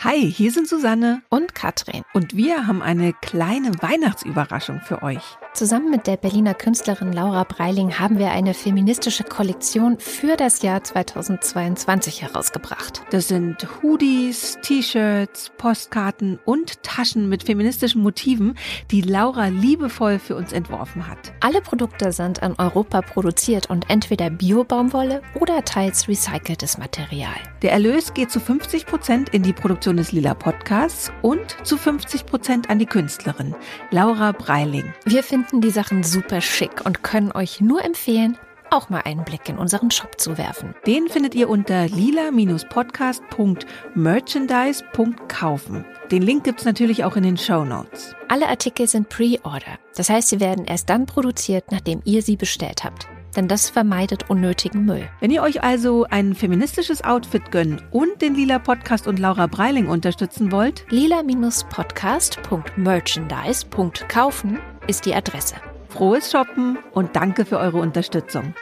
Hi, hier sind Susanne und Katrin. und wir haben eine kleine Weihnachtsüberraschung für euch. Zusammen mit der Berliner Künstlerin Laura Breiling haben wir eine feministische Kollektion für das Jahr 2022 herausgebracht. Das sind Hoodies, T-Shirts, Postkarten und Taschen mit feministischen Motiven, die Laura liebevoll für uns entworfen hat. Alle Produkte sind in Europa produziert und entweder Bio-Baumwolle oder teils recyceltes Material. Der Erlös geht zu 50 Prozent in die Produktion des Lila Podcasts und zu 50 Prozent an die Künstlerin Laura Breiling. Wir finden die Sachen super schick und können euch nur empfehlen, auch mal einen Blick in unseren Shop zu werfen. Den findet ihr unter lila-podcast.merchandise.kaufen. Den Link gibt's natürlich auch in den Show Notes. Alle Artikel sind Pre-Order. Das heißt, sie werden erst dann produziert, nachdem ihr sie bestellt habt. Denn das vermeidet unnötigen Müll. Wenn ihr euch also ein feministisches Outfit gönnen und den Lila Podcast und Laura Breiling unterstützen wollt, lila-podcast.merchandise.kaufen ist die Adresse. frohes Shoppen und danke für eure Unterstützung.